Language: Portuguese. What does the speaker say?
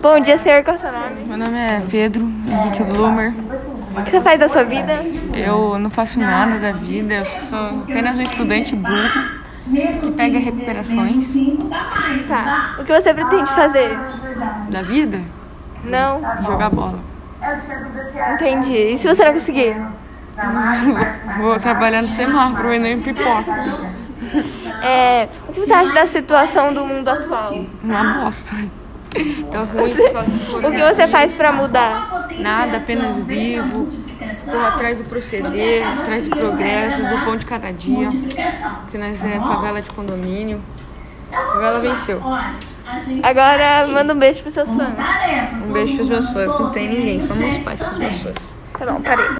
Bom dia, senhor. Qual é o seu nome? Meu nome é Pedro Henrique Blumer. O que você faz da sua vida? Eu não faço nada da vida, eu sou apenas um estudante burro que pega recuperações Tá. O que você pretende fazer? da vida Não? e jogar bola. Entendi. E se você não conseguir? Vou trabalhar no Semar pro Enem Pipoca. É, o que você acha da situação do mundo atual? Uma bosta. Tá O ruim. que você faz pra mudar? Nada, apenas vivo. Vou atrás do proceder, atrás do progresso, do pão de cada dia. Porque nós é favela de condomínio. A favela venceu. Agora manda um beijo pros seus fãs. Tá Um beijo pros meus fãs. Não tem ninguém, só meus pais, são meus fãs. Tá bom, parei.